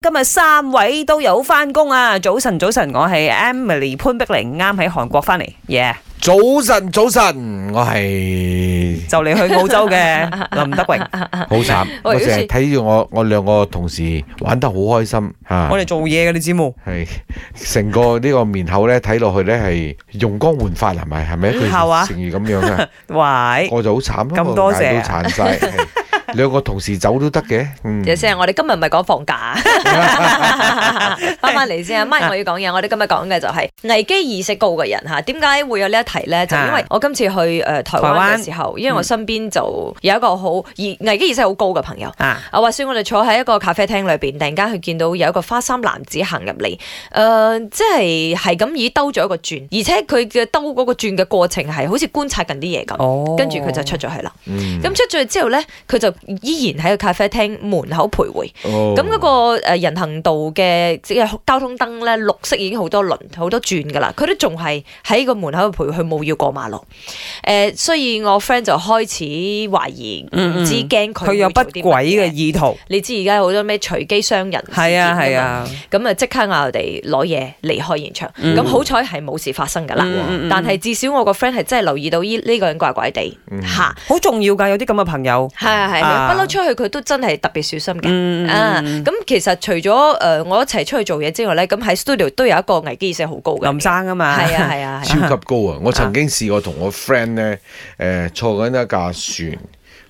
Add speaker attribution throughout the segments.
Speaker 1: 今日三位都有翻工啊！早晨，早晨，我係 Emily 潘碧玲，啱喺韓國翻嚟，yeah，
Speaker 2: 早晨，早晨，我係
Speaker 1: 就嚟去澳洲嘅林德榮，
Speaker 2: 好慘，我成日
Speaker 3: 啊 喂好似
Speaker 2: 睇住我我兩個同事玩得好開心嚇，
Speaker 1: 我哋做嘢嘅你知冇？
Speaker 2: 係成個呢個面口咧睇落去咧係容光煥發係咪係咪一句
Speaker 1: 係啊
Speaker 2: 成語咁樣 啊？
Speaker 1: 喂，
Speaker 2: 我就好慘咯，啊
Speaker 1: 咁
Speaker 2: 我
Speaker 1: 多謝啊
Speaker 2: 眼都殘晒，係兩個同事走都得嘅，嗯，
Speaker 3: 有先，我哋今日唔係講 放假，翻翻嚟先啊！媽，我要講嘢。我哋今日講嘅就係危機意識高嘅人嚇，點解會有呢一題咧？就因為我今次去誒、呃台灣
Speaker 1: 台灣嗯
Speaker 3: 嘅時候，因為我身邊就有一個好而危機意識好高嘅朋友。
Speaker 1: 啊，
Speaker 3: 啊！話說我哋坐喺一個咖啡廳裏邊，突然間佢見到有一個花衫男子行入嚟，誒、呃即係係咁已兜咗一個轉，而且佢嘅兜嗰個轉嘅過程係好似觀察緊啲嘢咁，
Speaker 1: 哦
Speaker 3: 跟住佢就出咗去啦。
Speaker 2: 嗯，
Speaker 3: 咁出咗去之後咧，佢就依然喺個咖啡廳門口徘徊。
Speaker 2: 哦
Speaker 3: 咁嗰個誒人行道嘅即係交通燈咧，綠色已經好多輪好多轉㗎啦，佢都仲係喺個門口度陪佢冇要過馬路。誒、呃所以我 friend 就開始懷疑，唔、
Speaker 1: 嗯嗯
Speaker 3: 知驚佢
Speaker 1: 佢有
Speaker 3: 會
Speaker 1: 不
Speaker 3: 做
Speaker 1: 軌
Speaker 3: 啲乜
Speaker 1: 嘅
Speaker 3: 嘢。
Speaker 1: 意圖，
Speaker 3: 你知而家好多咩隨機傷人事
Speaker 1: 係啊
Speaker 3: 件㗎
Speaker 1: 係
Speaker 3: 嘛，
Speaker 1: 啊，
Speaker 3: 咁啊即刻嗌我哋攞嘢離開現場。咁、
Speaker 1: 嗯
Speaker 3: 好彩係冇事發生㗎啦，
Speaker 1: 嗯嗯嗯
Speaker 3: 但係至少我個 friend 係真係留意到呢呢個人怪怪地
Speaker 2: 嗯
Speaker 3: 嚇，
Speaker 1: 好重要噶，有啲咁嘅朋友，
Speaker 3: 係係係，
Speaker 1: 啊
Speaker 3: 佢不嬲出去佢都真係特別小心嘅。
Speaker 1: 嗯
Speaker 3: 啊，咁其實除咗誒、呃我一齊出去做嘢之外咧，咁喺 studio 都有一個危機意識好高嘅。
Speaker 1: 林生啊嘛，
Speaker 3: 係啊係啊係啊，
Speaker 2: 超級高啊！我曾經試過同我 friend 咧，誒、坐緊一架船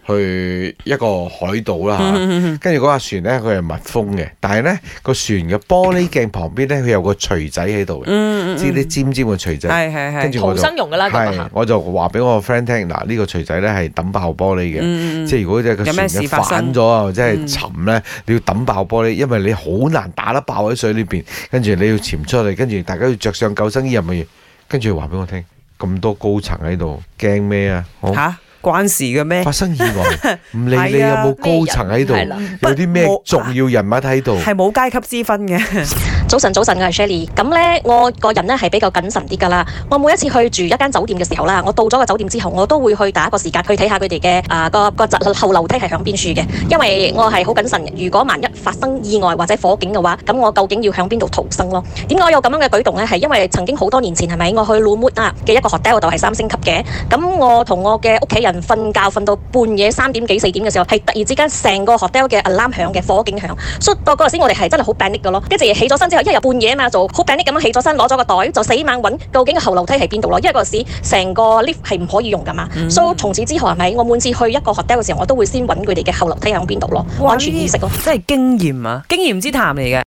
Speaker 2: 去一個海島啦 嚇跟住嗰架船咧佢係密封嘅，但係咧個船嘅玻璃鏡旁邊咧佢有個錘仔喺度嘅，
Speaker 1: 嗯，嗯
Speaker 2: 知啲尖尖嘅錘仔。
Speaker 1: 係係
Speaker 2: 跟
Speaker 1: 係，
Speaker 2: 住我
Speaker 3: 逃
Speaker 2: 就
Speaker 3: 生用㗎啦咁啊
Speaker 2: 係
Speaker 3: 嚇
Speaker 2: 我就話俾我個 friend 聽，嗱呢個錘仔咧係抌爆玻璃嘅，
Speaker 1: 嗯嗯
Speaker 2: 即係如果只個
Speaker 1: 有咩
Speaker 2: 船
Speaker 1: 事
Speaker 2: 嘅
Speaker 1: 發生
Speaker 2: 反咗啊，或者
Speaker 1: 嗯
Speaker 2: 係沉咧，你要抌爆玻璃，因為你好難打得爆喺水裏邊，跟住你要潛出嚟，跟住大家要着上救生衣入去，跟住話俾我聽，咁多高層喺度，驚咩啊？我
Speaker 1: 吓關事嘅咩
Speaker 2: 發？生意 外，唔理
Speaker 1: 係
Speaker 2: 你有
Speaker 1: 啊
Speaker 2: 冇高層喺度
Speaker 3: 咩人係，
Speaker 2: 有啲咩
Speaker 1: 不冇
Speaker 2: 重要人物喺度。
Speaker 1: 係冇階級之分 嘅，
Speaker 4: 早晨，早晨，我係 Shelly。咁咧，我個人咧係比較謹慎啲㗎啦。我每一次去住一間酒店嘅時候啦，我到咗個酒店之後，我都會去打一個時間去睇下佢哋嘅啊個個閘後樓梯係響邊處嘅，因為我係好謹慎。如果萬一發生意外或者火警嘅話，咁我究竟要響邊度逃生咯？點解我有咁樣嘅舉動咧？係因為曾經好多年前係咪我去 l u m u 啊嘅一個 hotel 度係三星級嘅，咁我同我嘅屋企人瞓覺瞓到半夜三點幾四點嘅時候，係突然之間成個 hotel 嘅 alarm 響嘅火警響。所以到嗰陣時，我哋係真係好 panic 嘅咯。跟住起咗身之後，一日半夜啊嘛，就好 panic 咁樣起咗身，攞咗個袋，就死猛揾究竟個後樓梯喺邊度咯。因為嗰陣時成個 lift 係唔可以用噶嘛，所以從此之後係咪我每次去一個 hotel 嘅時候，我都會先揾佢哋嘅後樓梯喺邊度咯，
Speaker 1: 哇
Speaker 4: 安全意識咯。
Speaker 1: 真係經驗啊，經驗之談嚟嘅。